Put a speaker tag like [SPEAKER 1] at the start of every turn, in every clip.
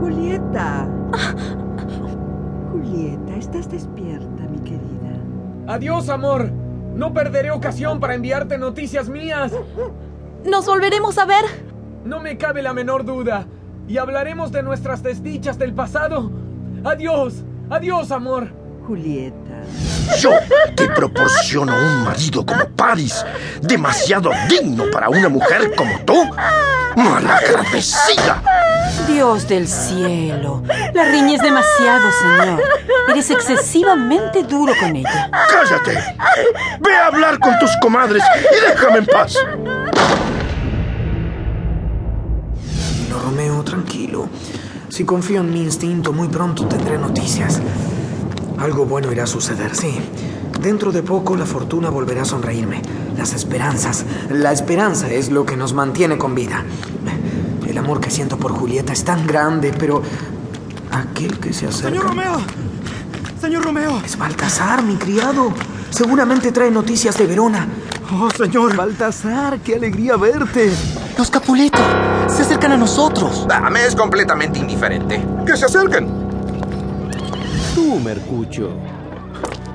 [SPEAKER 1] Julieta. Julieta, estás despierta, mi querida.
[SPEAKER 2] Adiós, amor. No perderé ocasión para enviarte noticias mías.
[SPEAKER 3] Nos volveremos a ver.
[SPEAKER 2] No me cabe la menor duda. Y hablaremos de nuestras desdichas del pasado. Adiós. Adiós, amor.
[SPEAKER 1] Julieta.
[SPEAKER 4] Yo te proporciono un marido como Paris, demasiado digno para una mujer como tú. ¡Malagradecida!
[SPEAKER 5] Dios del cielo, la riñes demasiado, señor. Eres excesivamente duro con ella.
[SPEAKER 4] ¡Cállate! Ve a hablar con tus comadres y déjame en paz.
[SPEAKER 6] Romeo, tranquilo. Si confío en mi instinto, muy pronto tendré noticias. Algo bueno irá a suceder, sí. Dentro de poco la fortuna volverá a sonreírme. Las esperanzas, la esperanza es lo que nos mantiene con vida. El amor que siento por Julieta es tan grande, pero aquel que se acerca...
[SPEAKER 7] Señor Romeo, señor Romeo.
[SPEAKER 6] Es Baltasar, mi criado. Seguramente trae noticias de Verona.
[SPEAKER 7] Oh, señor.
[SPEAKER 6] Baltasar, qué alegría verte.
[SPEAKER 8] Los Capuleto se acercan a nosotros.
[SPEAKER 9] Ah, me es completamente indiferente. Que se acerquen.
[SPEAKER 10] Tú, Mercucho,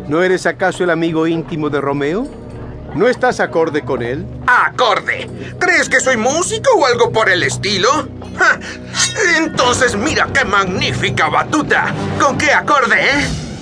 [SPEAKER 10] ¿no eres acaso el amigo íntimo de Romeo? ¿No estás acorde con él?
[SPEAKER 9] ¡Acorde! ¿Crees que soy músico o algo por el estilo? ¡Ja! Entonces mira qué magnífica batuta. ¿Con qué acorde, eh?